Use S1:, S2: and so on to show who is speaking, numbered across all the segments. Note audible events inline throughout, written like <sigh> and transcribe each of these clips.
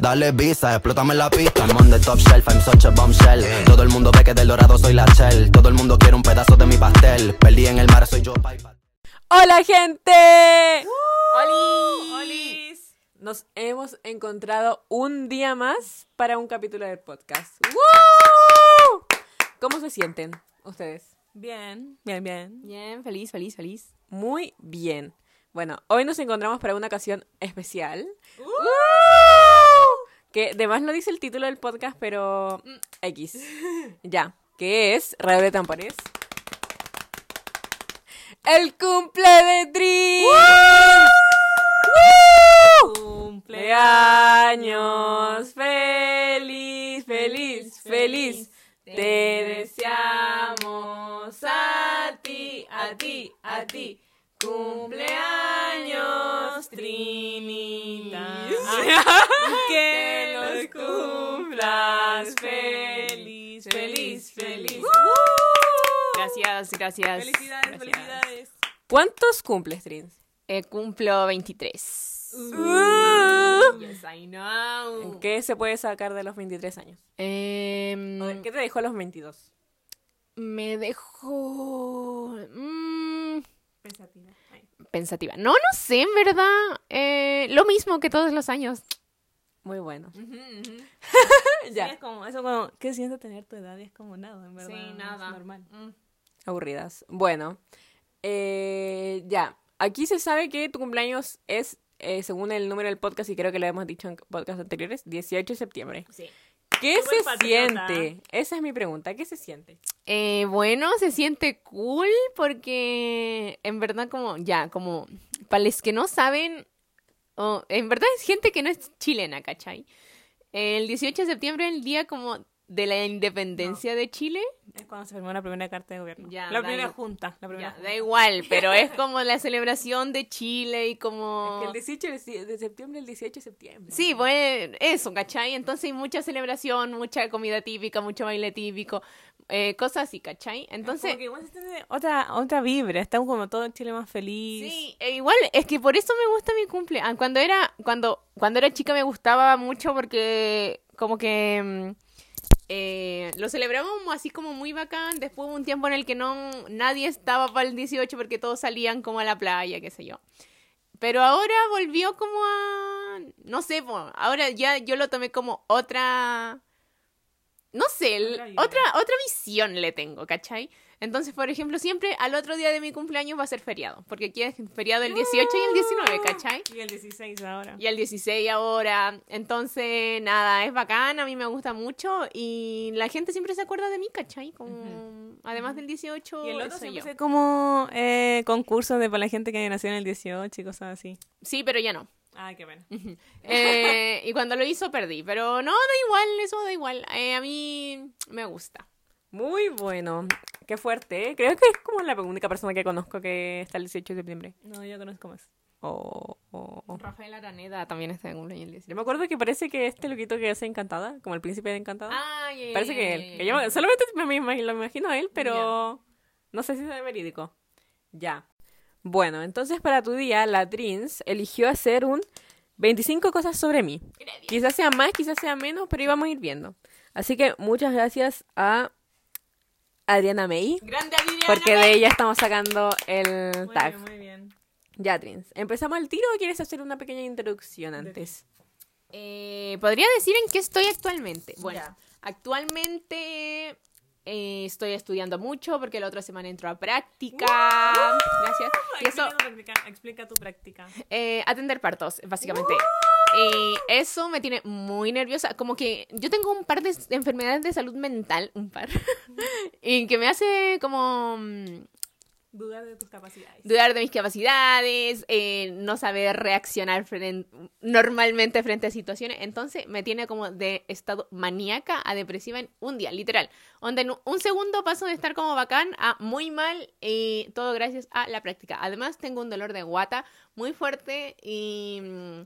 S1: Dale visa, explótame la pista. I'm on the top shelf, I'm such a bombshell. Todo el mundo ve que del dorado soy la shell. Todo el mundo quiere un pedazo de mi pastel. Perdí en el mar, soy yo, pa' y pa'.
S2: ¡Hola, gente!
S3: ¡Oh!
S2: ¡Holi!
S3: ¡Olis!
S2: Nos hemos encontrado un día más para un capítulo del podcast. ¡Woo! ¿Cómo se sienten ustedes?
S3: Bien, bien, bien.
S2: Bien, feliz, feliz, feliz. Muy bien. Bueno, hoy nos encontramos para una ocasión especial.
S3: ¡Uh!
S2: Que además lo dice el título del podcast, pero mm,
S3: <laughs>
S2: X. Ya, que es, Radio de Tampores. El cumple de Dream. Cumpleaños feliz, feliz, feliz. Te deseamos a ti, a ti, a ti. Cumpleaños Trinita. <laughs> Que los cumplas feliz, feliz, feliz. Uh.
S3: Gracias, gracias.
S4: Felicidades,
S3: gracias.
S4: felicidades.
S2: ¿Cuántos cumples, Trins?
S3: Eh, cumplo 23.
S2: Uh.
S3: Yes, I know.
S2: ¿Qué se puede sacar de los 23 años?
S3: Em,
S2: ¿Qué te dejó a los 22?
S3: me dejó mm,
S4: Pensatina. Ay.
S3: pensativa. No, no sé, en verdad. Eh, lo mismo que todos los años.
S2: Muy bueno.
S4: Ujú, ujú.
S2: <laughs>
S4: Sí,
S2: Ya,
S4: es como, eso como, ¿qué siento tener tu edad? Y es como nada, Mm. en verdad.
S3: Sí,
S4: es
S3: nada.
S4: normal.
S2: aburridas. Bueno, eh, ya. Aquí se sabe que tu cumpleaños es, eh, según el número del podcast, y creo que lo hemos dicho en podcasts anteriores, 18 de septiembre.
S4: Sí.
S2: ¿Qué
S4: Súper
S2: se
S4: patriota.
S2: siente? Esa es mi pregunta. ¿Qué se siente?
S3: Eh, bueno, se siente cool porque en verdad como, ya, como, para los que no saben, o en verdad es gente que no es chilena, ¿cachai? El 18 de septiembre es el día como de la independencia de Chile.
S4: Es cuando se firmó la primera carta de gobierno.
S3: Ya, da
S4: la primera
S3: igual.
S4: junta. La primera
S3: Ya,
S4: junta.
S3: da igual, pero es como la celebración de Chile y como...
S2: El 18 de de septiembre, el 18 de septiembre.
S3: Sí, bueno, eso, ¿cachai? Entonces hay mucha celebración, mucha comida típica, mucho baile típico, eh, cosas así, ¿cachai? Entonces...
S4: Como que igual se tiene otra, otra vibra. Estamos como todo en Chile más feliz.
S3: Sí, e igual, es que por eso me gusta mi cumple. Ah, Cuando era, cuando, cuando era chica me gustaba mucho porque como que mm, eh, lo celebrábamos así como muy bacán. Después hubo un tiempo en el que no nadie estaba para el 18 porque todos salían como a la playa, qué sé yo. Pero ahora volvió como a... No sé, po, ahora ya yo lo tomé como otra... No sé, l-
S4: Otra vibra.
S3: otra, otra visión le tengo, ¿cachai? Entonces, por ejemplo, siempre al otro día de mi cumpleaños va a ser feriado, porque aquí es feriado el 18 y el 19, ¿cachai?
S4: Y el 16 ahora.
S3: Y el 16 ahora. Entonces, nada, es bacán, a mí me gusta mucho y la gente siempre se acuerda de mí, ¿cachai? Como, Además del 18,
S4: Y el otro
S3: soy
S4: siempre
S3: yo.
S4: hace como eh, concursos de para la gente que nació en el 18 y cosas así.
S3: Sí, pero ya no.
S4: Ah, qué bueno.
S3: Eh, y cuando lo hizo perdí, pero no, da igual, eso da igual. Eh, a mí me gusta.
S2: Muy bueno. Qué fuerte. ¿eh? Creo que es como la única persona que conozco que está el 18 de septiembre.
S4: No, yo conozco más. Oh, oh, oh.
S3: Rafael Araneda también está de cumpleaños el
S2: Yo
S3: 18.
S2: me acuerdo que parece que este loquito que hace Encantada, como el príncipe de Encantada.
S4: Ah,
S3: Ay, ay,
S2: Parece
S3: ay,
S2: que
S3: ay,
S2: él.
S3: ay,
S2: que yo
S3: ay.
S4: eh.
S2: me- solamente me, me imag- lo imagino a él, pero no sé si es verídico. Ya. Bueno, entonces para tu día, la Trins eligió hacer un 25 cosas sobre mí. Quizás sea más, quizás sea menos, pero íbamos a ir viendo. Así que muchas gracias a Adriana May,
S3: Grande Adriana.
S2: porque de ella estamos sacando el
S4: Muy
S2: tag.
S4: bien, muy bien.
S2: Ya, Trins. ¿Empezamos al tiro o quieres hacer una pequeña introducción antes?
S3: Eh, Podría decir en qué estoy actualmente. Bueno,
S2: Ya.
S3: actualmente eh, estoy estudiando mucho porque la otra semana entro a práctica. Gracias. Y eso,
S4: Explica, tu práctica, explica tu práctica.
S3: eh, atender partos, básicamente. Y eso me tiene muy nerviosa. Como que yo tengo un par de s- enfermedades de salud mental, un par, <laughs> y que me hace como mm,
S4: Dudar de tus capacidades.
S3: dudar de mis capacidades, eh, no saber reaccionar fren- normalmente frente a situaciones. Entonces me tiene como de estado maníaca a depresiva en un día, literal. Donde en un segundo paso de estar como bacán a muy mal y todo gracias a la práctica. Además tengo un dolor de guata muy fuerte y... mm,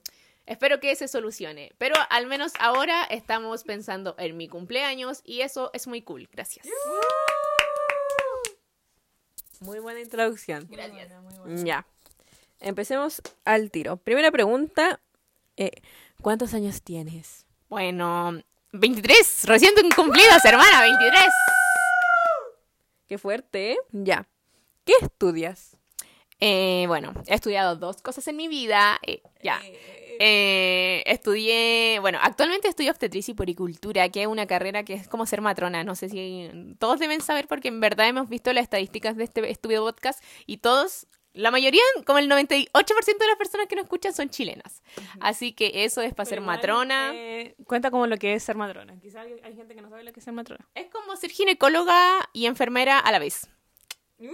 S3: Espero que se solucione, pero al menos ahora estamos pensando en mi cumpleaños y eso es muy cool. Gracias.
S2: Muy buena introducción.
S4: Gracias.
S2: Ya. Empecemos al tiro. Primera pregunta Eh, ¿Cuántos años tienes?
S3: Bueno, 23, recién cumplidos, hermana, 23.
S2: Qué fuerte. ¿eh? Ya. ¿Qué estudias?
S3: Eh, bueno, he estudiado dos cosas en mi vida. eh, ya. Eh, estudié, bueno, actualmente estudio obstetricia y poricultura, que es una carrera que es como ser matrona. No sé si todos deben saber porque en verdad hemos visto las estadísticas de este estúpido podcast y todos, la mayoría, como el 98% de las personas que nos escuchan son chilenas. Así que eso es para ser matrona.
S4: cuenta como lo que es ser matrona. Quizá hay, hay gente que no sabe lo que es ser matrona.
S3: Es como ser ginecóloga y enfermera a la vez. ¡Uh!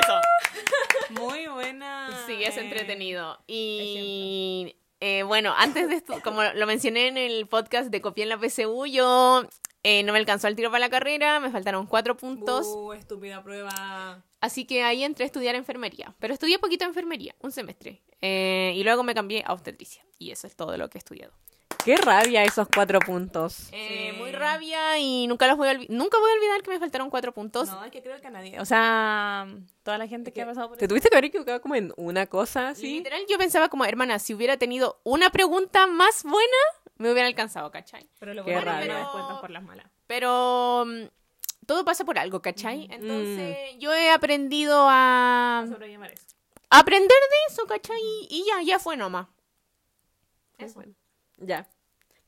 S3: Eso.
S4: Muy buena. eh,
S3: Sí, es entretenido. Y eh, bueno, antes de esto, como lo mencioné en el podcast de Copié en la PSU, yo eh, no me alcanzó el tiro para la carrera, me faltaron cuatro puntos.
S4: Uh. estúpida prueba.
S3: Así que ahí entré a estudiar enfermería. Pero estudié poquito enfermería, un semestre. Eh, y luego me cambié a obstetricia. Y eso es todo lo que he estudiado.
S2: Qué rabia esos cuatro puntos.
S3: Eh, Muy rabia y nunca los voy a olvidar. Nunca voy a olvidar que me faltaron cuatro puntos.
S4: No, es que creo que a nadie. O sea, toda la gente que ha pasado por
S2: ¿Te tuviste que haber equivocado como en una cosa así?
S3: Literal, yo pensaba como, hermana, si hubiera tenido una pregunta más buena, me hubiera alcanzado, ¿cachai?
S4: Pero lo
S2: Qué
S4: bueno es
S2: rabia.
S4: que no descuentan por las malas.
S3: Pero mm, todo pasa por algo, ¿cachai? Entonces yo he aprendido a
S4: Sobrellamar eso.
S3: a aprender de eso, ¿cachai? Y ya, ya fue nomás. Eso.
S2: Ya.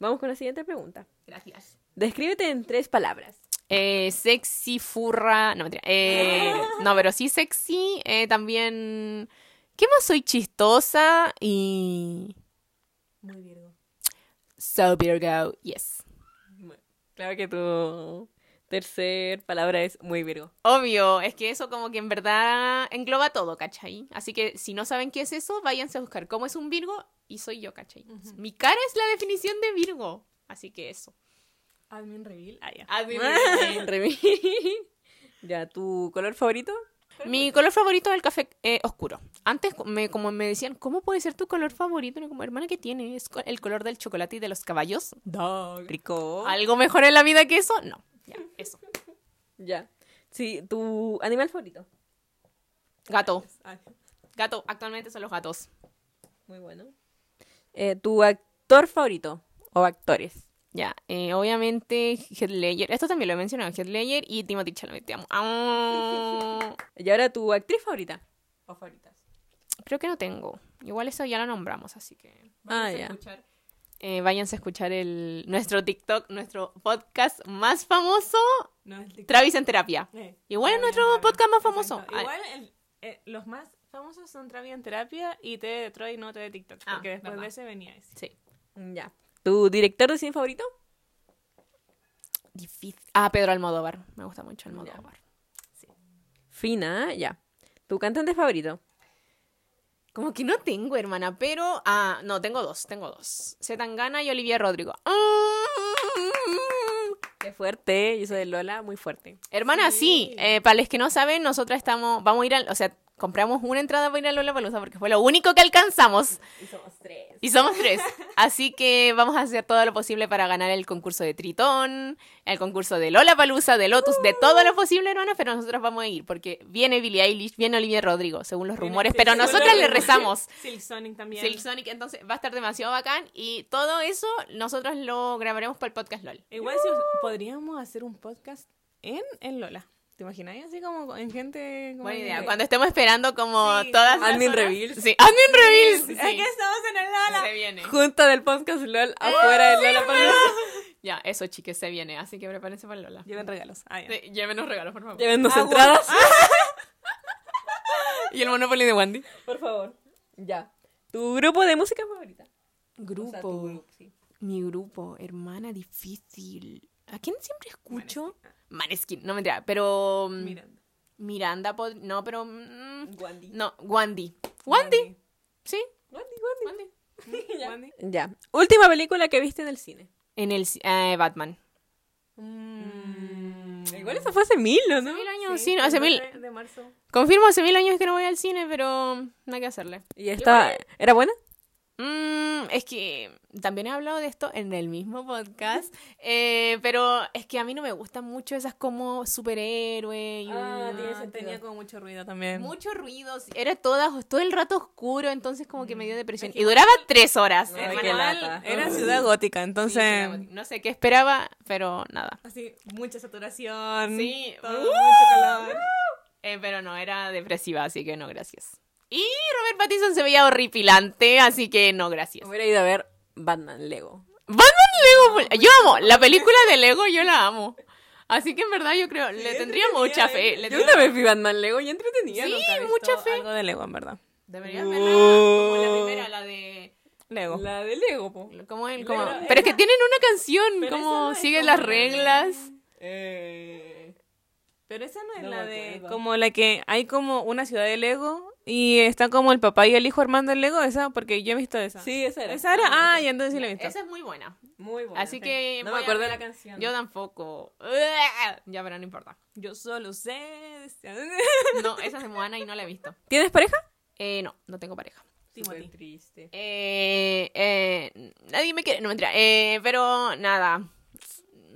S2: Vamos con la siguiente pregunta.
S3: Gracias.
S2: Descríbete en tres palabras.
S3: Eh, sexy, furra. No, mentira. Eh, no, pero sí sexy. eh, también. ¿Qué más soy chistosa? Y.
S4: Muy virgo.
S3: So Virgo, yes.
S2: Claro que tu tercer palabra es muy virgo.
S3: Obvio, es que eso como que en verdad engloba todo, ¿cachai? Así que si no saben qué es eso, váyanse a buscar cómo es un Virgo y soy yo, ¿cachai? Mi cara es la definición de Virgo. Así que eso.
S4: Admin reveal. Ah, ya.
S2: <laughs> ya, ¿tu color favorito?
S3: Mi color favorito es el café eh, oscuro. Antes, co- me, como me decían, ¿cómo puede ser tu color favorito? Y yo como, hermana, ¿qué tiene? ¿Es co- el color del chocolate y de los caballos?
S4: Oh.
S2: Rico.
S3: ¿Algo mejor en la vida que eso? No. Ya, eso.
S2: Ya. Sí, ¿tu animal favorito?
S3: Gato.
S4: Ah, ya.
S3: Gato. Actualmente son los gatos.
S2: Muy bueno. Eh, ¿Tu actor favorito? ¿O actores?
S3: Ya, eh, obviamente Heath Ledger. Esto también lo he mencionado. Heath Ledger y Timothy Chalamet. Te amo. Ah.
S2: Y ahora, ¿tu actriz favorita?
S4: O favoritas.
S3: Creo que no tengo. Igual eso ya lo nombramos, así que
S2: Ah,
S3: váyanse a
S2: ya.
S3: escuchar. Eh, váyanse a escuchar el, nuestro TikTok, nuestro podcast más famoso,
S4: No, el TikTok.
S3: Travis en terapia.
S4: Eh,
S3: Igual es
S4: Travis
S3: nuestro
S4: Terapia.
S3: podcast más famoso.
S4: Exacto. Igual el- eh, los más famosos son Travis en terapia y T de Troy, no T de TikTok.
S3: Ah,
S4: porque después
S3: verdad.
S4: de ese venía ese.
S3: Sí.
S2: Mm, Ya. ¿Tu director de cine favorito?
S3: Difícil. Ah, Pedro Almodóvar. Me gusta mucho Almodóvar.
S2: Fina, ya. ¿Tu cantante favorito?
S3: Como que no tengo, hermana, pero. Ah, no, tengo dos, tengo dos. Zetangana y Olivia Rodrigo. Ah, Mm.
S2: Qué fuerte, yo soy de Lola, muy fuerte.
S3: Hermana, sí. Eh, para los que no saben, nosotras estamos, vamos a ir al, o sea, compramos una entrada para ir a Lollapalooza porque fue lo único que alcanzamos. Y somos tres. Y somos tres. Así que vamos a hacer todo lo posible para ganar el concurso de Tritón, el concurso de Lollapalooza, de Lotus, de todo lo posible, hermana, pero nosotras vamos a ir porque viene Billie Eilish, viene Olivia Rodrigo, según los rumores, pero nosotras le rezamos.
S4: Silk Sonic también.
S3: Silk Sonic, entonces va a estar demasiado bacán y todo eso nosotros lo grabaremos para el podcast LOL.
S4: Igual si podríamos hacer un podcast en el Lola. ¿Te imagináis así como en gente? Como
S3: Buena
S4: en-
S3: idea.
S4: <laughs>
S3: Cuando estemos esperando como
S4: Sí,
S3: todas
S4: como
S2: Admin
S4: las horas.
S2: Reveals.
S3: Sí, admin reveals.
S4: Es
S3: Sí.
S4: que estamos en el Lola.
S3: Se viene.
S2: Junta del podcast LOL afuera del Lola <laughs>
S3: Ya, eso chiques, se viene. Así que prepárense para Lola.
S4: Lleven regalos. Ah, ya.
S3: Sí, llévenos regalos, por favor.
S2: Lleven dos entradas.
S3: Y el Monopoly de Wandy.
S2: Ah, Por favor. Ya. ¿Tu grupo de música favorita?
S3: Grupo. Mi grupo, hermana, difícil. ¿A quién siempre escucho? Maneskin, no mentira, pero mm,
S4: <laughs> Miranda.
S3: Miranda, pod- no, pero mm,
S2: Guandi.
S3: no, Wandy. Wandy, sí,
S2: Guandi,
S3: Wandy.
S4: Wandy.
S2: Ya. Última película que viste en el cine.
S3: En el ci- eh, Batman.
S2: Igual eso fue hace mil, ¿o ¿no?
S3: Mil años, sí, no, Mm. hace mil.
S4: Mm. De marzo.
S3: Confirmo, hace mil años que no voy al cine, pero nada que hacerle.
S2: Y esta. ¿Era buena?
S3: Mm, es que también he hablado de esto en el mismo podcast, eh, pero es que a mí no me gustan mucho esas como superhéroe y
S4: Ah,
S3: un-
S4: tiene ese- tenía como mucho ruido también.
S3: mucho ruido, sí, era todo, todo el rato oscuro, entonces como que me dio depresión. Y duraba tres horas.
S4: Era
S2: Ay,
S3: hermano.
S2: qué lata.
S4: Era ciudad gótica,
S3: Sí,
S4: entonces.
S3: era bonito. Em, no sé qué esperaba, pero nada.
S4: Así, mucha saturación.
S3: Sí,
S4: todo,
S3: uh,
S4: mucho calor.
S3: Eh, pero no, era depresiva, así que no, gracias. Y Robert Pattinson se veía horripilante, así que no, gracias.
S2: Hubiera ido a ver Batman Lego.
S3: Batman Lego, pues. yo amo, la película de Lego yo la amo. Así que en verdad yo creo, le tendría mucha fe. le
S2: Yo
S3: tendría-
S2: una vez vi Batman Lego y entretenía.
S3: Sí,
S4: Nunca he visto
S3: mucha fe.
S4: Algo de Lego, en verdad.
S3: Deberías verla como la primera, la de...
S4: Lego.
S2: La de Lego, po.
S3: como el- como-
S4: Pero
S3: Pero es que tienen una canción,
S4: Pero esa
S3: como
S4: no es
S3: sigue
S4: como
S3: las
S4: la de-
S3: reglas.
S4: Pero esa no es
S2: No
S4: la
S2: me
S4: de.
S2: acuerdo.
S4: Como la que hay como una ciudad de Lego y está como el papá y el hijo armando el Lego, esa, porque yo he visto esa.
S2: Sí, esa era.
S4: Esa era. Ah, ya entonces sí la he visto.
S3: Esa es muy buena.
S2: Muy buena.
S3: Así que...
S2: No
S3: voy
S2: me
S3: a
S2: acuerdo de
S3: ver-
S2: la canción.
S3: Yo tampoco. Uah, Ya, pero no importa.
S4: Yo solo sé.
S3: No, esa es de Moana y no la he visto.
S2: ¿Tienes pareja?
S3: Eh, no, no tengo pareja.
S4: <laughs>
S2: Súper triste.
S3: Eh, eh, nadie me quiere, no mentira. Eh, pero nada.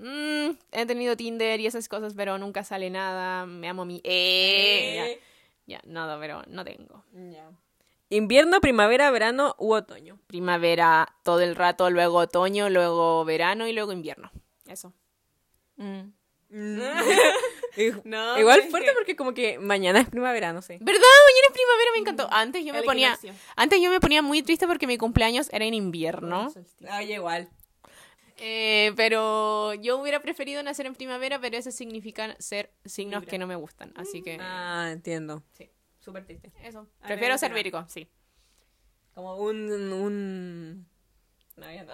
S3: Mm, he tenido Tinder y esas cosas, pero nunca sale nada. Me amo a mí. Eh, ya, ya, nada, pero no tengo.
S2: Invierno, primavera, verano u otoño.
S3: Primavera todo el rato, luego otoño, luego verano y luego invierno. Eso. Mm.
S2: <laughs>
S4: No,
S2: Igual
S4: es
S2: fuerte
S4: que-
S2: porque como que mañana es primavera, no sé.
S3: ¿Verdad? Mañana es primavera, me encantó. Antes yo me
S4: Mm. El
S3: ponía,
S4: equinoccio.
S3: antes yo me ponía muy triste porque mi cumpleaños era en
S4: Ah,
S3: invierno.
S2: Ay, igual.
S3: Eh, pero yo hubiera preferido nacer en primavera, pero eso significa ser signos que no me gustan. Así que
S2: Ah, entiendo.
S4: Súper triste.
S3: eso.
S4: Ahora
S3: Prefiero
S4: yo
S3: ser
S4: será.
S3: Virgo, sí.
S2: Como un... un... No, <laughs> ya no.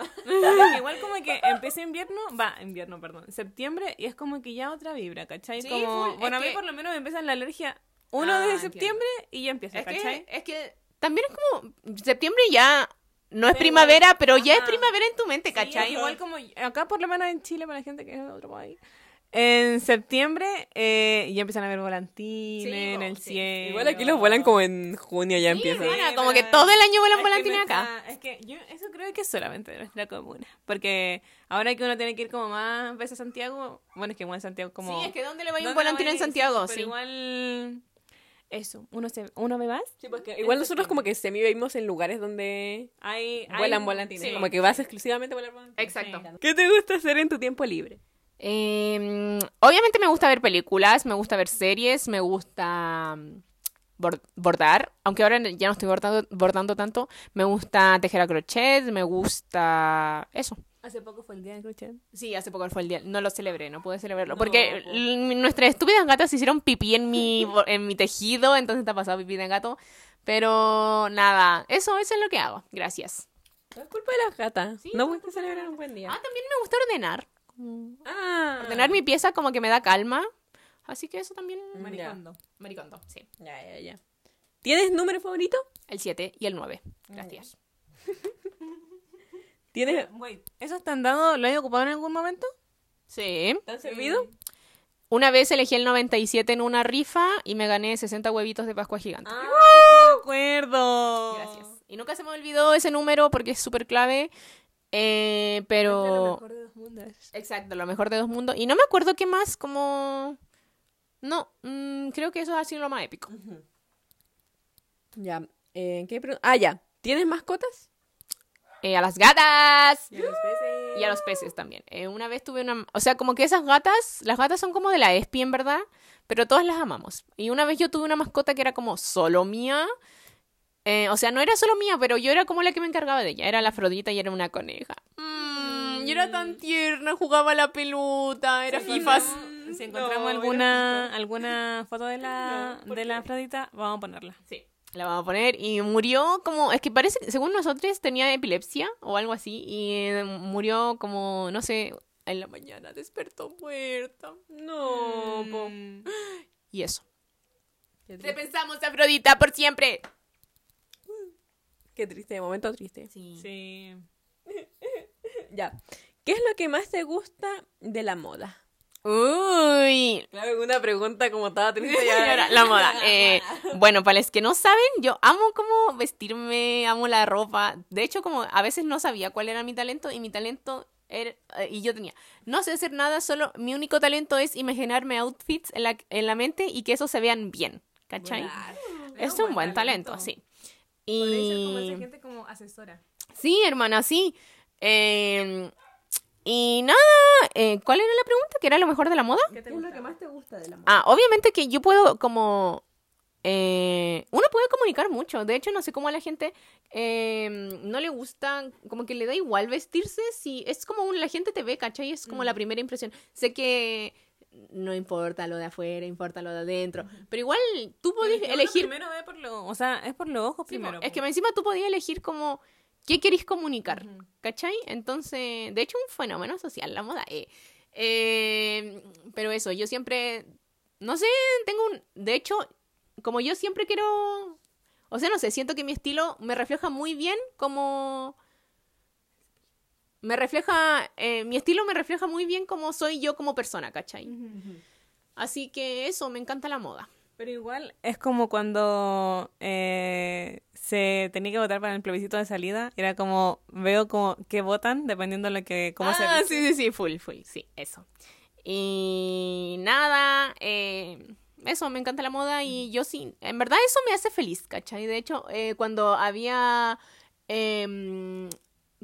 S4: Igual como que empieza invierno, va, invierno, perdón, septiembre y es como que ya otra vibra, ¿cachai?
S3: Sí,
S4: como,
S3: full, es
S4: bueno, a mí
S3: que-
S4: por lo menos me empieza la alergia 1
S3: Ah,
S4: de
S3: entiendo.
S4: septiembre y ya empieza,
S3: Es
S4: ¿cachai?
S3: que, es que también es como septiembre ya no es
S4: Pero-
S3: primavera, pero ya es
S4: ajá.
S3: primavera en tu mente,
S4: Sí,
S3: ¿cachai?
S4: igual como acá por lo menos en Chile, para la gente que es de otro país. En septiembre eh, ya empiezan a ver volantines
S3: Sí,
S4: en
S3: po,
S4: el
S3: sí.
S4: cielo.
S2: Igual aquí los vuelan como en junio ya empieza.
S4: bueno,
S3: Bueno,
S4: Sí,
S3: como que
S4: pero-
S3: todo el año
S4: Es
S3: vuelan
S4: que
S3: volantines
S4: nuestra-
S3: acá.
S4: Es que yo eso creo que es solamente de nuestra comuna. Porque ahora que uno tiene que ir como más veces a Santiago, bueno, es que igual en Santiago como...
S3: Sí, es que ¿dónde le vaya
S4: ¿dónde
S3: un volantín
S4: vaya?
S3: en Santiago?
S4: Pero
S3: Sí.
S4: igual... Eso, uno, se, uno ve más.
S2: Igual nosotros como que semi vivimos en lugares donde
S4: Hay, hay-
S2: vuelan volantines.
S4: sí.
S2: Como que vas exclusivamente a volar volantines.
S3: Exacto.
S2: ¿Qué te gusta hacer en tu tiempo libre?
S3: Eh, obviamente me gusta ver películas, me gusta ver series, me gusta mm, bor- bordar, aunque ahora ya no estoy bordando, bordando tanto, me gusta tejer a crochet, me gusta eso.
S4: Hace poco fue el día de crochet.
S3: Sí, hace poco fue el día, no lo celebré, no pude celebrarlo,
S4: No,
S3: porque
S4: po.
S3: l- nuestras estúpidas gatas hicieron pipí en mi, bo- en mi tejido, entonces está pasado pipí de gato, pero nada, eso, eso es lo que hago, gracias.
S2: No es culpa de las gatas.
S3: Sí,
S2: no
S3: no es
S2: pudiste celebrar un buen día.
S3: Ah, también me gusta ordenar,
S2: Ah.
S3: ordenar mi pieza como que me da calma, así que eso también...
S4: Maricondo.
S3: Maricondo, sí.
S2: Ya, ya, ya. ¿Tienes número favorito?
S3: El 7 y el 9. Gracias.
S2: ¿Tienes
S4: Wait, ¿esos te han dado, lo has ocupado en algún momento?
S3: Sí.
S2: tan servido?
S3: Una vez elegí el 97 en una rifa y me gané 60 huevitos de Pascua gigante.
S4: ¡Ah! ¡De acuerdo!
S3: Gracias. Y nunca se me olvidó ese número porque es súper clave. eh, pero. Exacto, lo mejor de dos mundos. Y no me acuerdo qué más, como. No, mm, creo que eso ha sido lo más épico.
S2: Ya. Eh, ¿qué pregun- ah, ya. ¿Tienes mascotas?
S3: Eh, a las gatas.
S2: Y a los peces.
S3: Y a los peces también. Eh, una vez tuve una... O sea, como que esas gatas, las gatas son como de la ESPI en verdad, pero todas las amamos. Y una vez yo tuve una mascota que era como solo mía. Eh, o sea, no era solo mía, pero yo era como la que me encargaba de ella. Era la Afrodita y era una coneja. Mm, y era tan tierna, jugaba a la pelota, era fifas.
S4: Si encontramos alguna, alguna foto de la, de la Afrodita, vamos a ponerla.
S3: Sí, la vamos a poner. Y murió como, es que parece, según nosotros tenía epilepsia o algo así. Y eh, murió como, no sé, en la mañana despertó muerta. No, po.
S4: Mm.
S3: Y eso. Te pensamos, Afrodita, por siempre.
S2: Qué triste, de momento triste.
S3: Sí.
S4: Sí.
S2: Ya. ¿Qué es lo que más te gusta de la moda?
S3: Uy,
S2: Claro, una pregunta como estaba triste <laughs>
S3: Señora, <laughs> la moda. Eh, bueno, para los que no saben, yo amo cómo vestirme, amo la ropa. De hecho, como a veces no sabía cuál era mi talento y mi talento era, eh, y yo tenía, no sé hacer nada, solo mi único talento es imaginarme outfits en la, en la mente y que esos se vean bien, ¿cachai? es un buen, talento, sí.
S4: como
S3: Y
S4: esa gente como asesora.
S3: sí, hermana, sí. Eh, y nada, eh, ¿cuál era la pregunta? ¿Qué era lo mejor de la moda?
S4: ¿Qué te
S5: es lo
S4: gusta?
S5: que más te gusta de la moda?
S3: Ah, obviamente que yo puedo como... eh, uno puede comunicar mucho. De hecho, no sé cómo a la gente eh, no le gusta, como que le da igual vestirse. Si es como un- la gente te ve, ¿cachai? Es como la primera impresión. Sé que no importa lo de afuera, importa lo de adentro. Pero igual tú podías
S4: Uno
S3: elegir...
S4: Primero ve por los, o sea, es por los ojos
S3: Sí, po,
S4: primero.
S3: es que
S4: po.
S3: encima tú podías elegir como qué querís comunicar,
S4: Ujú.
S3: ¿cachai? Entonces, de hecho, un fenómeno social, la moda. eh. Eh, pero eso, yo siempre, no sé, tengo un, de hecho, como yo siempre quiero, o sea, no sé, siento que mi estilo me refleja muy bien como... Me refleja, eh, mi estilo me refleja muy bien como soy yo como persona, ¿cachai? Así que eso, me encanta la moda.
S4: Pero igual es como cuando eh, se tenía que votar para el plebiscito de salida. Era como, veo como que votan dependiendo de lo que, cómo se
S3: ah,
S4: viste.
S3: sí, sí, sí, full, full, sí, eso. Y nada, eh, eso, me encanta la moda y yo sí, en verdad eso me hace feliz, ¿cachai? De hecho, eh, cuando había em,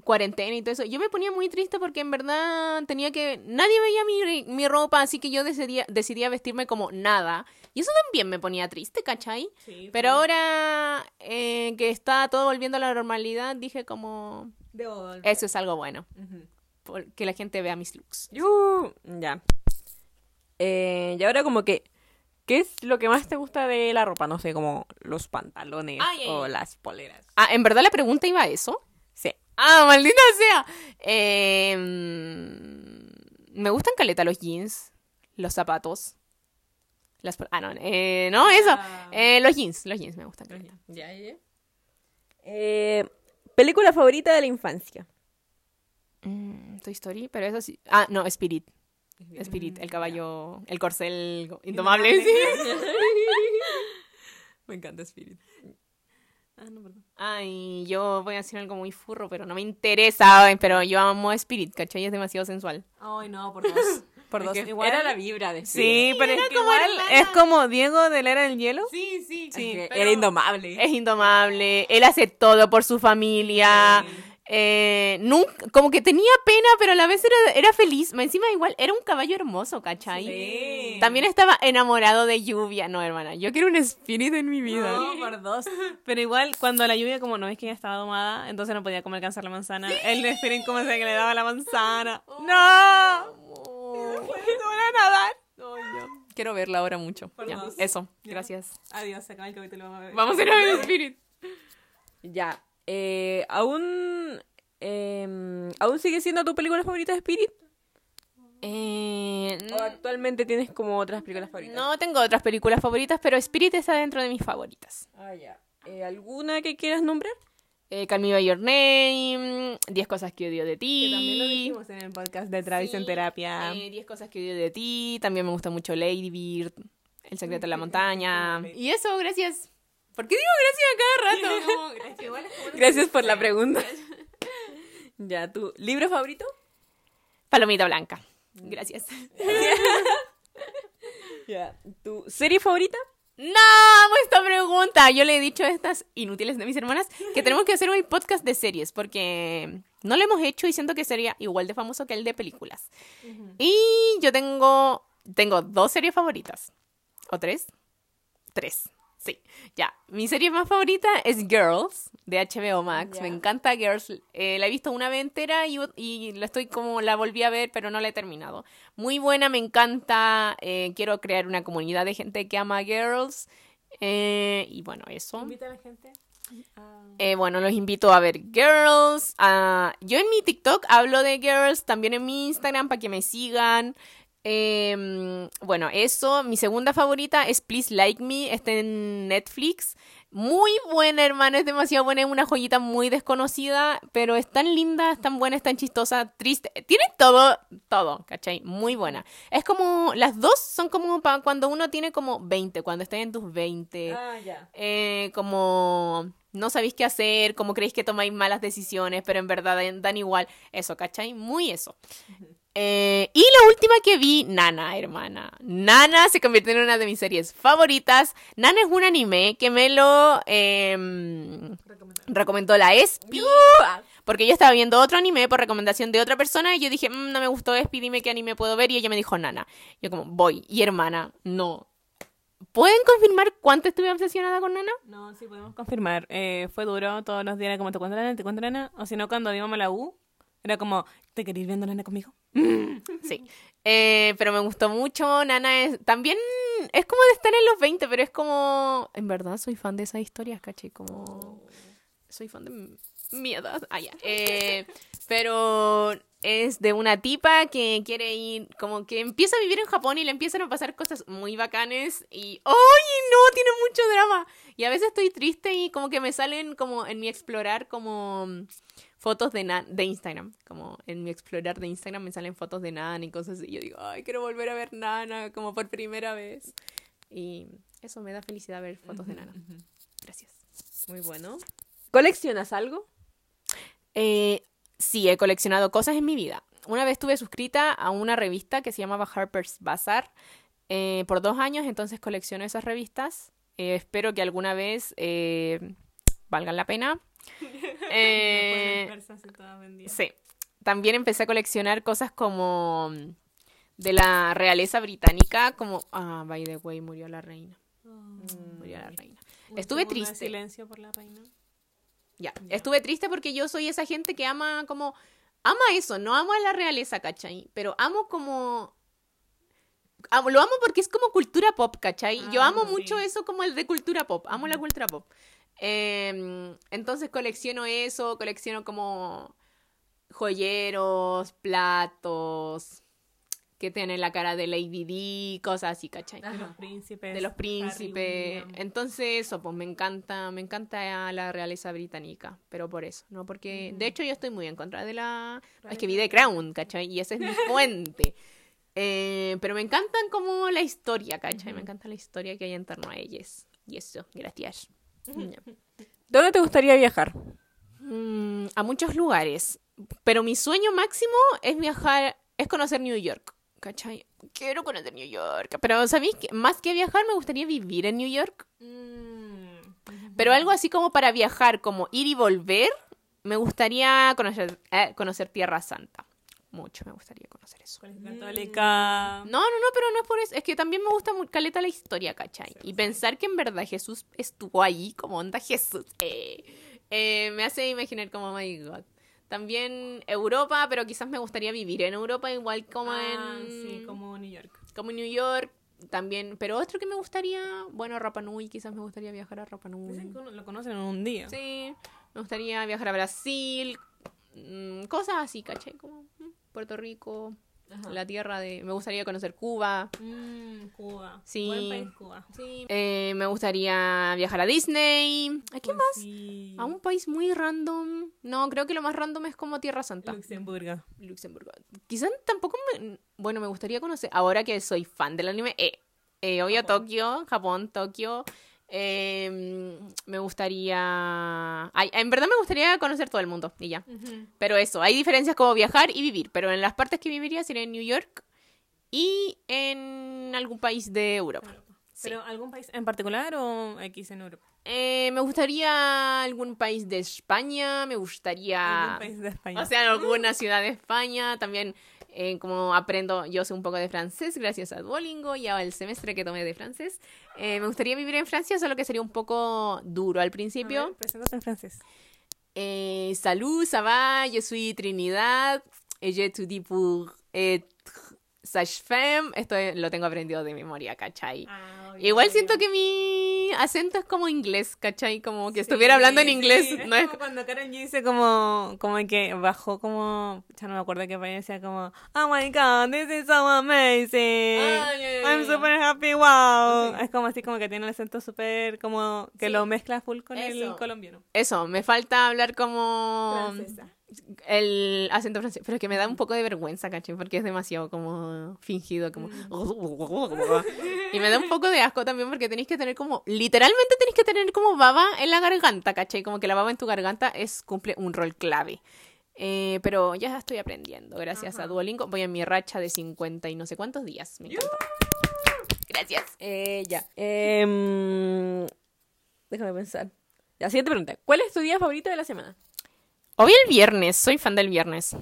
S3: cuarentena y todo eso, yo me ponía muy triste porque en verdad tenía que, nadie veía mi, mi ropa, así que yo decidía, decidía vestirme como nada. Y eso también me ponía triste, ¿cachai? Pero ahora eh, que está todo volviendo a la normalidad, dije como,
S4: Eh,
S3: eso es algo bueno por- que la gente vea mis looks.
S2: Yuhu. Ya. Eh, y ahora como que, ¿qué es lo que más te gusta de la ropa? No sé, como los pantalones
S3: Ay, ay,
S2: o
S3: ay.
S2: las poleras.
S3: Ah, ¿en verdad la pregunta iba a eso?
S2: Sí.
S3: Ah, maldita sea. Eh, mm, me gustan caleta los jeans, los zapatos. Las, pol- ah, no, eh, no, eso. Eh, los jeans, los jeans me gustan. caleta.
S2: Ya, ya. Eh, película favorita de la
S3: <laughs>
S2: infancia. <laughs>
S3: Mm, Toy Story, pero eso sí. Ah, no, Spirit. Spirit, mm, el caballo, el corcel indomable. sí.
S4: Me encanta Spirit. Ah, no, perdón.
S3: Ay, yo voy a decir algo muy furro, pero no me interesa. ay, Pero yo amo Spirit, ¿cachai? Es demasiado sensual.
S4: Ay, no, por dos. <laughs> Por dos. Igual.
S2: vibra de
S4: Sí, pero es
S3: era
S4: que
S3: como
S4: igual
S3: hermana.
S4: es como Diego de la era del hielo.
S3: Sí, sí,
S2: Era indomable.
S3: Es indomable, él hace todo por su familia. eh, nunca, como que tenía pena, pero a la vez era, era feliz. Más Encima igual, era un caballo hermoso, ¿cachai?
S4: Sí.
S3: También estaba enamorado de lluvia. No, hermana, yo quiero un espíritu en mi vida.
S4: <laughs> No, por dos. Pero igual, cuando la lluvia, como no ves que ya estaba domada, entonces no podía como alcanzar la manzana. El Spirit como se que le daba la manzana. ¡No! <laughs>
S3: a nadar. Quiero verla ahora mucho.
S4: Por
S3: Ya,
S4: dos.
S3: Eso,
S4: Ya.
S3: gracias.
S4: Adiós, se acaba el <laughs> capítulo. Vamos a ver.
S3: Vamos a ir a ver espíritu.
S2: Ya. Eh, ¿Aún eh, aún sigue siendo tu película favorita de Spirit?
S3: Eh,
S2: ¿O actualmente tienes como otras películas favoritas?
S3: no tengo otras películas favoritas, pero Spirit está dentro de mis favoritas.
S2: Ah, ya. Eh, ¿Alguna que quieras nombrar?
S3: Eh, Call Me By Your Name, 10 cosas que odio de
S4: Que también lo
S3: ti.
S4: dijimos en el podcast de Travis en terapia.
S3: Eh, 10 cosas que odio de ti. También me gusta mucho Lady Bird, El secreto de
S4: Mm,
S3: la montaña. Y eso, gracias. ¿Por qué digo gracias a cada rato?
S2: Gracias por la pregunta. <laughs> ya, ¿tu libro favorito?
S3: <laughs> Palomita blanca.
S4: Mm.
S3: Gracias.
S2: Ya. ¿Tu serie favorita?
S3: No, amo esta pregunta. Yo le he dicho a estas inútiles de mis hermanas
S4: <laughs>
S3: que tenemos que hacer un podcast de series porque no lo hemos hecho y siento que sería igual de famoso que el de películas. Y yo tengo, tengo dos series favoritas. ¿O tres? Tres. Sí, ya. Mi serie más favorita es Girls de HBO Max. Me encanta Girls. Eh, la he visto una vez entera y, y la estoy como la volví a ver, pero no la he terminado. Muy buena, me encanta. Eh, quiero crear una comunidad de gente que ama Girls. Eh, y bueno, eso.
S4: Invita a la gente. a-
S3: Eh, bueno, los invito a ver Girls. a- yo en mi TikTok hablo de Girls, también en mi Instagram para que me sigan. Em, Eh, bueno, eso. Mi segunda favorita es Please Like Me, está en Netflix. Muy buena, hermana, es demasiado buena, es una joyita muy desconocida, pero es tan linda, es tan buena, es tan chistosa, triste. Tiene todo, todo, ¿cachai? Muy buena. Es como, las dos son como para cuando uno tiene como 20, cuando estás en tus 20,
S2: Ah, ya.
S3: eh, como no sabéis qué hacer, como creéis que tomáis malas decisiones, pero en verdad dan, dan igual. Eso, ¿cachai? Muy eso. Eh, y la última que vi, Nana, hermana. Nana se convirtió en una de mis series favoritas. Nana es un anime que me lo em, recomendó la Espi. Porque yo estaba viendo otro anime por recomendación de otra persona y yo dije, "Mm, no me gustó Espi, dime qué anime puedo ver. Y ella me dijo, Nana. Yo como, voy. Y hermana, no. ¿Pueden confirmar cuánto estuve obsesionada con Nana?
S4: No, sí, podemos confirmar. Eh, fue duro, todos los días era como, ¿te cuento nana? ¿Te cuento nana? O si no, cuando íbamos a la U, era como, ¿te querés ir viendo nana conmigo?
S3: Sí. Eh, pero me gustó mucho. Nana es. También es como de estar en los 20, pero es como. En verdad soy fan de esas historias, caché. Como. Soy fan de m- mi edad. Ah, ya. Eh, pero es de una tipa que quiere ir. Como que empieza a vivir en Japón y le empiezan a pasar cosas muy bacanes. Y. ¡Ay, no! Tiene mucho drama. Y a veces estoy triste y como que me salen como en mi explorar como fotos de, Nan de Instagram. Como en mi explorar de Instagram me salen fotos de Nana y cosas así. Yo digo, ay, quiero volver a ver Nana como por primera vez. Y eso me da felicidad ver fotos de Nana. Gracias.
S2: Muy bueno. ¿Coleccionas algo?
S3: Eh, sí, he coleccionado cosas en mi vida. Una vez estuve suscrita a una revista que se llamaba Harper's Bazaar eh, por dos años, entonces colecciono esas revistas. Eh, espero que alguna vez eh, valgan la
S2: <laughs>
S3: pena. Eh, Sí. También empecé a coleccionar cosas como mm, de la realeza británica, como ah, by the way, murió la reina. Murió la reina. mm, Estuve triste.
S4: Mm. silencio por la reina.
S3: Ya, estuve triste porque yo soy esa gente que ama como ama eso, no amo a la realeza, ¿cachai? Pero amo como amo- lo amo porque es como cultura pop, ¿cachai? yo
S4: Ah,
S3: amo
S4: sí.
S3: mucho eso como el de cultura pop, amo la cultura pop. Eh, entonces colecciono eso, colecciono como joyeros, platos que tienen la cara de Lady D, cosas así, ¿cachai?
S4: De los príncipes.
S3: de los príncipes.
S4: Harry, William.
S3: Entonces, eso, pues me encanta, me encanta la realeza británica, pero por eso, ¿no? Porque, de hecho, yo estoy muy en contra de la... Es que vi The Crown, ¿cachai? Y
S4: <laughs>
S3: ese es mi fuente. Eh, pero me encantan como la historia, ¿cachai? Me encanta la historia que hay en torno a ellas. Y eso, gracias. Ya.
S2: ¿Dónde te gustaría viajar?
S3: Mm, a muchos lugares. Pero mi sueño máximo es viajar, es conocer New York. ¿Cachai? Quiero conocer New York. Pero, ¿sabéis? qué? Más que viajar, me gustaría vivir en New York. Pero algo así como para viajar, como ir y volver, me gustaría conocer, eh, conocer Tierra Santa. Mucho me gustaría conocer eso.
S4: Colegio Católica.
S3: No, no, no, pero no es por eso. Es que también me gusta muy caleta la historia, ¿cachai? y pensar que en verdad Jesús estuvo ahí, como onda Jesús. eh, eh, me hace imaginar como, oh my God. También Europa, pero quizás me gustaría vivir en Europa igual como
S4: Ah,
S3: en
S4: sí, como New York.
S3: como en New York. También, pero otro que me gustaría, bueno, Rapa Nui, quizás me gustaría viajar a Rapa Nui.
S4: Dicen que uno- lo conocen en un día.
S3: Sí, me gustaría viajar a Brasil, mm, cosas así, caché, como mm, Puerto Rico, la tierra de... Me gustaría conocer Cuba.
S4: Mm, Cuba.
S3: Sí.
S4: Buen país, Cuba.
S3: Eh, me gustaría viajar a Disney. ¿A qué más?
S4: Sí.
S3: A un país muy random. No, creo que lo más random es como Tierra Santa.
S4: Luxemburgo.
S3: Luxemburgo. Quizás tampoco me... Bueno, me gustaría conocer... Ahora que soy fan del anime, eh, eh, voy a Tokio, Japón, Tokio. Eh, me gustaría... Ay, en verdad me gustaría conocer todo el mundo y ya. Pero eso, hay diferencias como viajar y vivir. Pero en las partes que viviría sería en New York y en algún país de Europa. Sí.
S4: ¿Pero algún país en particular o X en Europa?
S3: Eh, me gustaría algún país de España, me gustaría...
S4: ¿Algún país de España?
S3: Ah.
S4: Mm.
S3: O sea, alguna ciudad de España. También, eh, como aprendo, yo sé un poco de francés gracias a Duolingo y al semestre que tomé de francés. Eh, me gustaría vivir en Francia, solo que sería un poco duro al
S4: A
S3: principio.
S4: ver, preséntate en francés.
S3: Eh, salut, ça va? Je suis Trinidad. eh, Et j'ai tout dit pour être sage-femme. Esto eh, lo tengo aprendido de memoria, ¿cachai? Igual siento que mi acento es como inglés, ¿cachai? Como que estuviera hablando en
S4: Sí,
S3: inglés.
S4: <laughs> sí,
S3: no es-
S4: como cuando Karen G dice como, como que bajó como, ya no me acuerdo qué país decía como, oh my god, this is so amazing,
S3: Ah, ya, ya, ya,
S4: I'm
S3: ya.
S4: super happy, wow. Es como así como que tiene el acento súper como que
S3: Sí.
S4: lo mezcla full con el
S3: Eso. Um,
S4: colombiano.
S3: Eso, me falta hablar como
S4: Francesa.
S3: el acento francés, pero es que me da un poco de vergüenza, ¿cachai? Porque es demasiado como fingido, como... Y me da un poco de asco también porque tenéis que tener como, literalmente tenéis que tener como baba en la garganta, ¿cachai? Como que la baba en tu garganta es, cumple un rol clave. Eh, pero ya estoy aprendiendo, gracias a Duolingo. Voy en mi racha de 50 y no sé cuántos días. Me encanta. Gracias.
S2: Eh, ya. Em, déjame pensar. La siguiente pregunta. ¿Cuál es tu día favorito de la semana?
S3: Hoy el viernes, soy fan del viernes.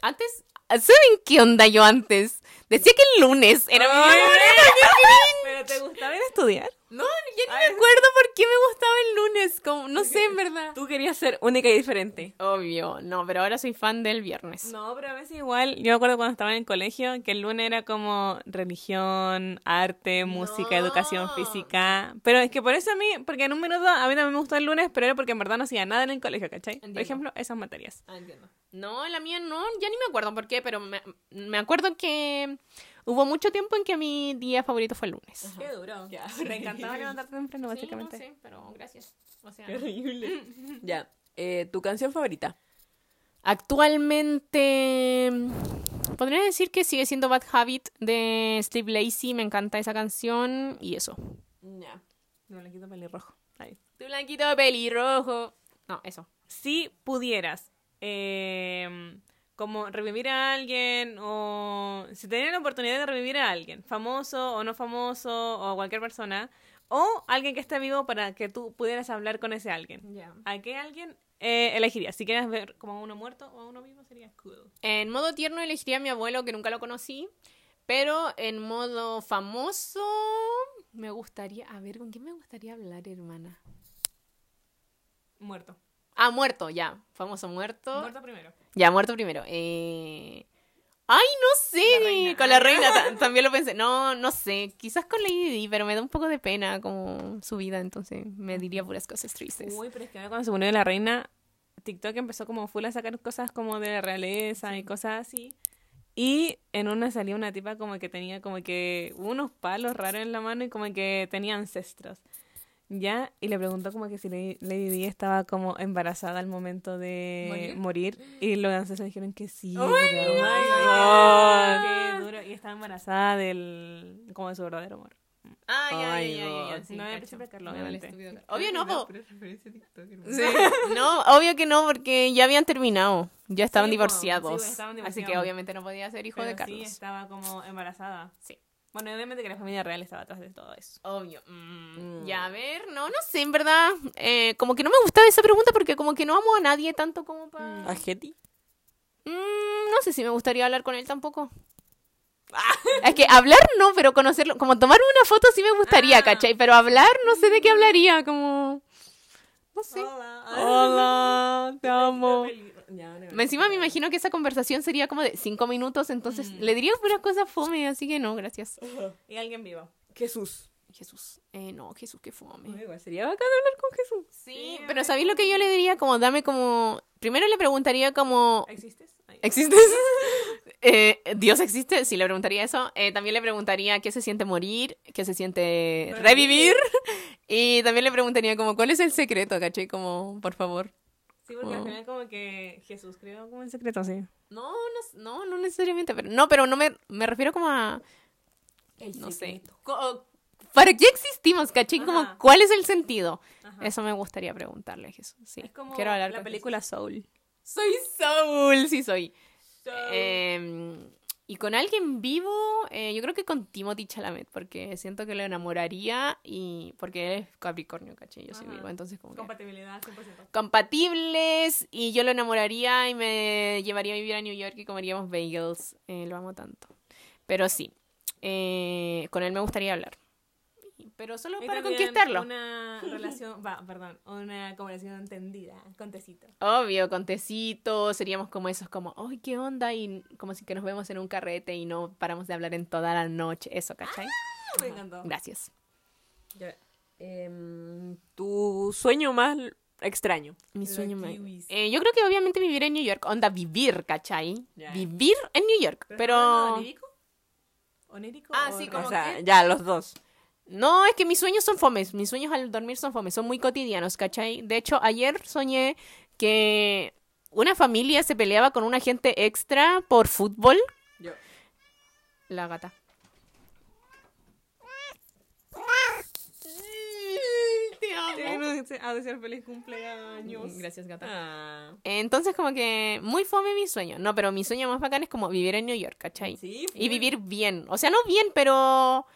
S3: Antes, ¿saben qué onda yo antes? Decía que el lunes era mi
S4: Ay,
S3: día favorito.
S4: ¿Pero te gustaba ir a estudiar?
S3: No, ya <laughs> ni me acuerdo por qué me gustaba el lunes, como, no sé, en verdad.
S2: Tú querías ser única y diferente.
S3: Obvio, no, pero ahora soy fan del viernes.
S4: No, pero a veces igual, yo me acuerdo cuando estaba en el colegio que el lunes era como religión, arte, música, educación
S3: No.
S4: física. Pero es que por eso a mí, porque en un minuto a mí también me gustó el lunes, pero era porque en verdad no hacía nada en el colegio, ¿cachai?
S3: Entiendo.
S4: Por ejemplo, esas materias.
S3: Ah, entiendo. No, la mía no, ya ni me acuerdo por qué, pero me, me acuerdo que hubo mucho tiempo en que mi día favorito fue el lunes.
S2: Qué duro. Ya.
S4: Me <laughs> encantaba levantarte
S3: Sí,
S4: temprano,
S3: no
S4: básicamente.
S3: sé, pero gracias. O sea,
S2: Ya. Eh, ¿Tu canción favorita?
S3: Actualmente mm, podría decir que sigue siendo Bad Habit de Steve Lacy, me encanta esa canción y eso.
S2: Ya.
S4: No, le quito pelirrojo. Ahí.
S3: Tu blanquito pelirrojo. No, eso.
S4: Si pudieras, eh, como revivir a alguien, o si tenías la oportunidad de revivir a alguien, famoso o no famoso, o cualquier persona, o alguien que esté vivo para que tú pudieras hablar con ese alguien, ¿a qué alguien eh, elegirías? Si quieres ver como a uno muerto o a uno vivo, sería cool.
S3: En modo tierno elegiría a mi abuelo que nunca lo conocí, pero en modo famoso me gustaría, a ver, ¿con quién me gustaría hablar, hermana?
S4: Muerto.
S3: Ah, muerto, ya. Famoso muerto.
S4: Muerto primero.
S3: Ya, muerto primero. Eh, Ay, no sé. Con la reina ta- también lo pensé. No, no sé. Quizás con Lady Di, pero me da un poco de pena como su vida, entonces me diría puras cosas tristes.
S4: Uy, pero es que ahora cuando se unió la reina, TikTok empezó como full a sacar cosas como de la realeza y cosas así. Y en una salía una tipa como que tenía como que unos palos raros en la mano y como que tenía ancestros. ¿Ya? Y le preguntó como que si Lady Lady Di estaba como embarazada al momento de morir. Y los ancestros dijeron que sí. pero- ¡Oh, ¡Qué duro! Y estaba embarazada del... como de su verdadero amor.
S3: Ah, ya,
S2: Ay,
S3: ya, ya, ya, ya,
S2: no.
S3: sí,
S4: No,
S3: cacho.
S4: siempre Carlos,
S3: No, el
S4: obviamente.
S3: estúpido Carlos. Obvio no, po.
S4: Sí.
S3: No, obvio que no, porque ya habían terminado. Ya estaban,
S4: Sí, po.
S3: divorciados,
S4: Sí, po, estaban
S3: Así que
S4: divorciados.
S3: obviamente no podía ser hijo
S4: Pero
S3: de
S4: Sí,
S3: Carlos.
S4: estaba como embarazada.
S3: Sí.
S4: Bueno, obviamente que la familia real estaba atrás de todo eso.
S3: Obvio. Mm,
S2: Mm.
S3: Ya, a ver, no, no sé, en verdad. Eh, como que no me gustaba esa pregunta porque como que no amo a nadie tanto como para...
S2: ¿A Getty?
S3: Mm, no sé si me gustaría hablar con él tampoco. <laughs> Es que hablar no, pero conocerlo, como tomar una foto sí me gustaría, ¿cachai? Pero hablar no sé de qué hablaría, como... No sé.
S4: Hola, te amo.
S2: Ya, no.
S3: Encima me imagino que esa conversación sería como de cinco minutos, entonces le diría puras cosas fome, así que no, gracias.
S4: Y alguien vivo.
S2: Jesús.
S3: Jesús, eh, no, Jesús, qué fome.
S2: Igual sería bacán hablar con Jesús.
S3: Sí, pero ¿sabéis lo que yo le diría? Como dame como... Primero le preguntaría como...
S4: ¿Existes? Ay.
S3: ¿Existes? <laughs> Eh, ¿Dios existe? Sí, le preguntaría eso. Eh, también le preguntaría qué se siente morir, qué se siente revivir. <laughs> Y también le preguntaría como, ¿cuál es el secreto, caché? Como, por favor.
S4: Sí, porque al
S3: Oh.
S4: final como que Jesús creó como el secreto, sí.
S3: No, no, no, no necesariamente. Pero, no, pero no me, me refiero como a... No sé. Co- ¿Para qué existimos, caché? Como,
S4: Ajá.
S3: ¿cuál es el sentido?
S4: Ajá.
S3: Eso me gustaría preguntarle a Jesús. Sí,
S4: Es como
S3: quiero hablar
S4: la
S3: con
S4: película Soul.
S3: Jesús. Soy Saúl, sí soy. Eh, y con alguien vivo, eh, yo creo que con Timothy Chalamet, porque siento que lo enamoraría y porque él es Capricornio, caché, yo soy
S4: Ajá.
S3: vivo, entonces como que-
S4: Compatibilidad 100%.
S3: compatibles y yo lo enamoraría y me llevaría a vivir a New York y comeríamos bagels, eh, lo amo tanto. Pero sí, eh, con él me gustaría hablar, pero solo
S4: Y
S3: para
S4: también
S3: conquistarlo.
S4: Una relación, va, perdón, una conversación entendida, con tecito.
S3: Obvio, con tecito, seríamos como esos, como, ¡ay, qué onda! Y como si que nos vemos en un carrete y no paramos de hablar en toda la noche, eso, ¿cachai?
S4: Me encantó.
S3: Gracias.
S2: Ya. Em, tu sueño más extraño.
S3: Mi
S4: Los
S3: sueño más-
S4: kiwis.
S3: Eh, yo creo que obviamente vivir en New York. Onda, vivir, ¿cachai?
S4: Ya.
S3: Vivir en New York. Pero.
S4: ¿Onírico? ¿Onírico?
S3: Ah,
S4: o
S3: sí,
S4: no?
S3: como
S2: o sea,
S3: que-
S2: ya, los dos.
S3: No, es que mis sueños son fomes. Mis sueños al dormir son fomes. Son muy cotidianos, ¿cachai? De hecho, ayer soñé que una familia se peleaba con un agente extra por fútbol.
S4: Yo.
S3: La gata.
S4: Te anuncio- a desear feliz cumpleaños.
S3: Gracias, gata.
S4: Ah.
S3: Entonces, como que muy fome mi sueño. No, pero mi sueño más bacán es como vivir en New York, ¿cachai?
S4: Sí,
S2: pues,
S3: Y vivir bien. O sea, no bien, pero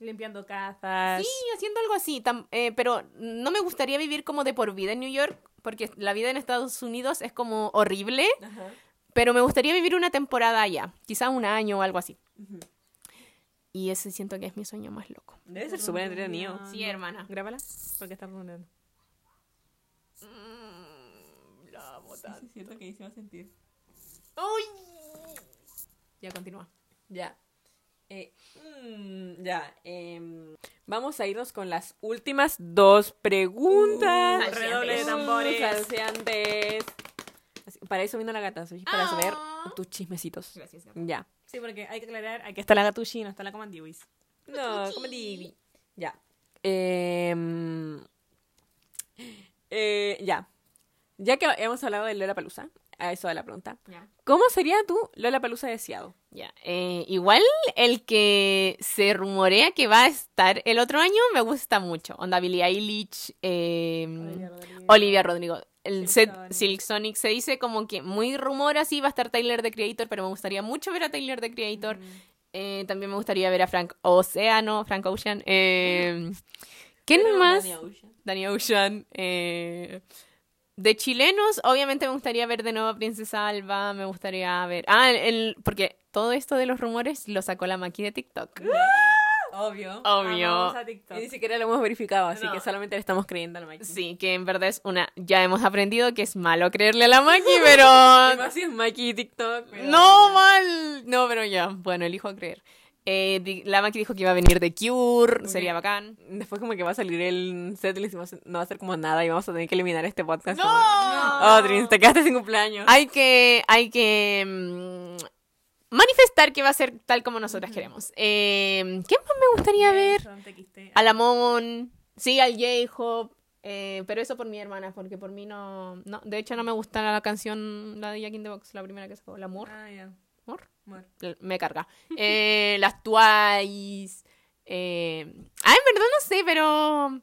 S4: Limpiando casas.
S3: Sí, haciendo algo así, tam- eh, pero no me gustaría vivir como de por vida en New York, porque la vida en Estados Unidos es como horrible,
S4: Ajá.
S3: pero me gustaría vivir una temporada allá, quizá un año o algo así. Y ese siento que es mi sueño más loco. Ah,
S2: Debe ser súper entretenido.
S4: Ah, Sí,
S3: hermana.
S4: Grábala, porque está redondeando. Sí, siento que hicimos sentir.
S3: Ya continúa.
S2: Ya. Eh, mm, ya. em, vamos a irnos con las últimas dos preguntas.
S3: Uh, redoble de
S4: tambores.
S2: salseantes. Así- Para eso vino la gata, soy para saber
S3: Ah.
S2: tus chismecitos.
S3: Gracias, Gabo.
S2: Ya.
S4: Sí, porque hay que aclarar, aquí está la gatushi no está la comandiwis.
S2: No, como divi. Ya. Em, eh, ya. Ya que hemos hablado de Lola Palusa, a eso de la pregunta.
S3: Ya.
S2: ¿Cómo sería tu Lola Palusa deseado?
S3: Ya, eh, igual el que se rumorea que va a estar el otro año me gusta mucho. Onda Billie Eilish, eh, Olivia Rodrigo. El set
S4: Silk Sonic.
S3: Silk Sonic se dice como que muy rumor así va a estar Tyler the Creator, pero me gustaría mucho ver a Tyler the Creator. Eh, también me gustaría ver a Frank Oceano, Frank Ocean. eh, ¿Quién más? Dani Ocean. eh, de chilenos, obviamente me gustaría ver de nuevo a Princesa Alba, me gustaría ver... Ah, el, porque todo esto de los rumores lo sacó la Maki de TikTok.
S4: Obvio.
S3: Obvio.
S4: Vamos a TikTok.
S2: Y ni siquiera lo hemos verificado, así
S4: No.
S2: que solamente le estamos creyendo al Mikey.
S3: Sí, que en verdad es una... Ya hemos aprendido que es malo creerle a la Maki,
S4: Ah,
S2: Y
S3: pero...
S2: más si es Mikey y TikTok. pero-
S3: No, mal. No, pero ya. Bueno, elijo creer. Eh, di- la Maki dijo que iba a venir de Cure, sería bacán.
S2: Después como que va a salir el set y le decimos, no va a ser como nada y vamos a tener que eliminar este podcast.
S3: ¡No!
S2: como-
S4: Ah.
S2: Oh, Trins, te quedaste sin cumpleaños.
S3: Ah, Hay que, hay que mm, manifestar que va a ser tal como nosotras queremos. Eh, ¿Qué más me gustaría ver?
S4: Son TXT.
S3: Al Amon, sí, al J-Hop, eh, pero eso por mi hermana, porque por mí no, no. De hecho, no me gusta la canción, la de Jack in the Box, la primera que sacó, el amor.
S4: Ah, ya.
S3: amor
S4: Bueno.
S3: me
S4: <laughs>
S3: carga. Eh, las Twice. eh, Ah, en verdad no sé, pero.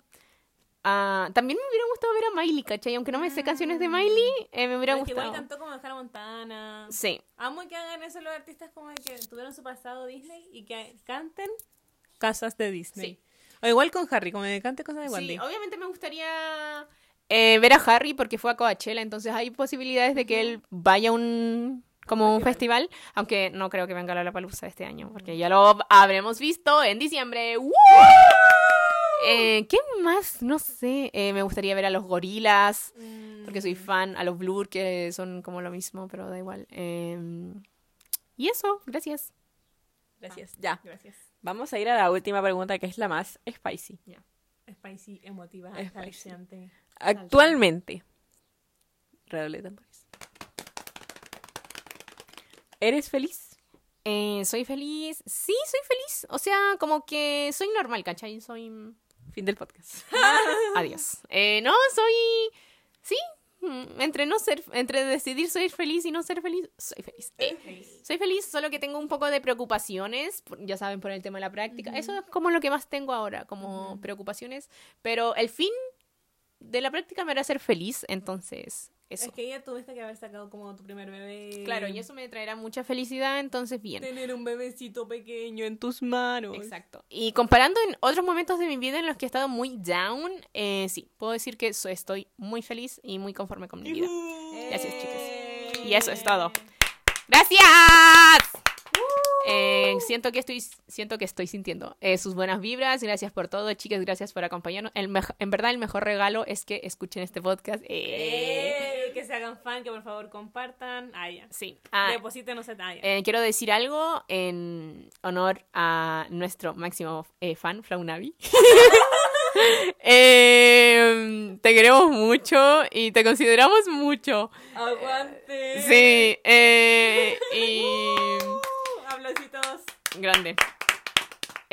S3: ah, también me hubiera gustado ver a Miley, ¿cachai? Aunque no me sé canciones de Miley, eh, me hubiera
S4: Ah. Pero es que Igual
S3: gustado.
S4: cantó como Hannah Montana.
S3: Sí,
S4: Amo que hagan eso los artistas como de que tuvieron su pasado Disney y que canten casas de Disney. O igual con Harry, como que cante cosas de Walt
S3: Sí,
S4: Disney.
S3: obviamente me gustaría eh, ver a Harry porque fue a Coachella, entonces hay posibilidades de que él vaya a un como un festival, aunque no creo que venga a la palusa este año, porque ya lo habremos visto en diciembre. ¡Woo! Eh, ¿Qué más? No sé. Eh, me gustaría ver a los gorilas,
S4: Mm,
S3: porque soy fan, a los Blur, que son como lo mismo, pero da igual. Eh, y eso, gracias.
S2: Gracias. Ya.
S4: Gracias.
S2: Vamos a ir a la última pregunta que es la más spicy.
S4: Spicy, emotiva,
S2: Spicy.
S4: salseante.
S2: Actualmente. pues. Redoble de tambores. ¿Eres feliz?
S3: Eh, soy feliz. Sí, soy feliz. O sea, como que soy normal, ¿cachai? Soy...
S2: Fin del podcast.
S3: <laughs> Adiós. Eh, no, soy. Sí. mm, Entre no ser, entre decidir ser feliz y no ser feliz, soy feliz. Eh, soy feliz, solo que tengo un poco de preocupaciones, por- ya saben, por el tema de la práctica. Eso es como lo que más tengo ahora, como preocupaciones. Pero el fin de la práctica me hará ser feliz, entonces eso.
S4: Es que ya tuviste que haber sacado como tu primer bebé.
S3: Claro, y eso me traerá mucha felicidad, entonces bien.
S4: Tener un bebecito pequeño en tus manos.
S3: Exacto. Y comparando en otros momentos de mi vida en los que he estado muy down, eh, sí, puedo decir que so- estoy muy feliz y muy conforme con mi vida.
S4: Eh,
S3: Gracias, chicas. Y eso es todo. ¡Gracias! Eh, siento que estoy siento que estoy sintiendo eh, sus buenas vibras. Gracias por todo, chicas. Gracias por acompañarnos. El mej- en verdad, el mejor regalo es que escuchen este podcast. Eh,
S4: Eh, que se hagan fan, que por favor compartan. Ah, ya.
S3: sí. Ah,
S4: Depositen, no se ah, ya.
S3: eh, quiero decir algo en honor a nuestro máximo eh, fan, Flaunavi. Eh, te queremos mucho y te consideramos mucho.
S4: Aguante.
S3: Sí, eh, y
S4: Uh, Aplausitos.
S3: grande.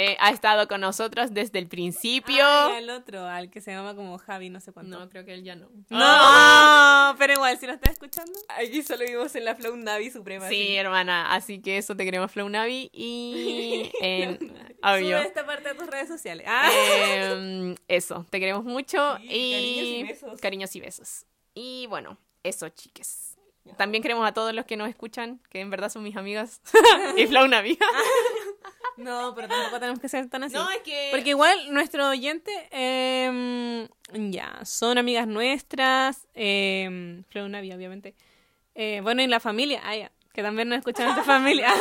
S3: Eh, ha estado con nosotros desde el principio.
S4: Ay, al otro, al que se llama como Javi, no sé cuánto.
S3: creo que él ya no. Ah,
S4: No, pero igual, si lo estás escuchando. Aquí solo vivimos en la Flow Navi Suprema.
S3: Sí, hermana, así que eso te queremos Flow Navi
S4: <laughs>
S3: y en obvio. Eh.
S4: Sube esta parte a tus redes sociales. Ah.
S3: Em, eso, te queremos mucho
S4: Sí,
S3: y
S4: cariños y besos.
S3: cariños y besos. Y bueno, eso, chiques. También queremos a todos los que nos escuchan, que en verdad son mis amigas <laughs> y Flow Navi.
S4: <laughs> No, pero tampoco tenemos que ser tan así.
S3: es que
S4: Porque igual nuestro oyente, em, ya, son amigas nuestras, eh, Flor Navi, obviamente. Eh, bueno, y la familia, ah, ya, que también nos escuchan <laughs> nuestra familia.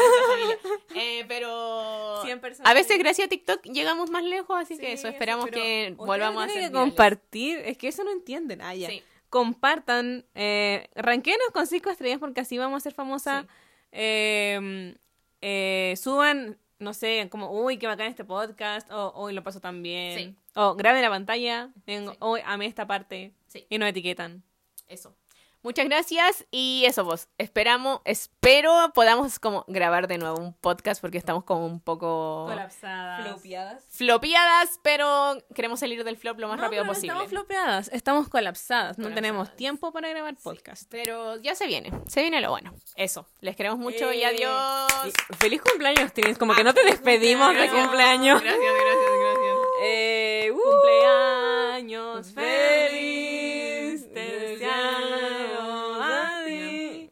S3: Eh, pero
S4: 100 personas.
S3: a veces gracias a TikTok llegamos más lejos, así que eso,
S4: Sí,
S3: esperamos
S4: sí, pero
S3: que
S4: ustedes
S3: volvamos a
S4: tienen
S3: ser
S4: que compartir, es que eso no entienden, ah, ya.
S3: virales. Sí.
S4: Compartan, eh, ranquenos con cinco estrellas porque así vamos a ser famosas.
S3: Sí.
S4: Eh, eh, suban, no sé, como, uy, qué bacán este podcast, o uy, lo paso tan bien.
S3: Sí.
S4: O graben la pantalla, vengo,
S3: Sí.
S4: uy, amé esta parte,
S3: Sí.
S4: y nos etiquetan.
S3: Eso. Muchas gracias y eso vos. Esperamos, espero podamos como grabar de nuevo un podcast porque estamos como un poco
S4: Colapsadas.
S3: flopeadas, pero queremos salir del flop lo más
S4: No,
S3: rápido
S4: pero no
S3: posible.
S4: Estamos flopeadas, estamos colapsadas, no
S3: Colapsadas.
S4: tenemos tiempo para grabar podcast.
S3: pero ya se viene, se viene lo bueno. Eso, les queremos mucho y
S4: Eh,
S3: adiós.
S4: Y- Feliz cumpleaños, Trins, como que no te despedimos de cumpleaños.
S3: Gracias, gracias, gracias.
S4: <laughs> Eh,
S2: feliz,
S4: cumpleaños Uh. feliz,
S2: te deseamos a ti.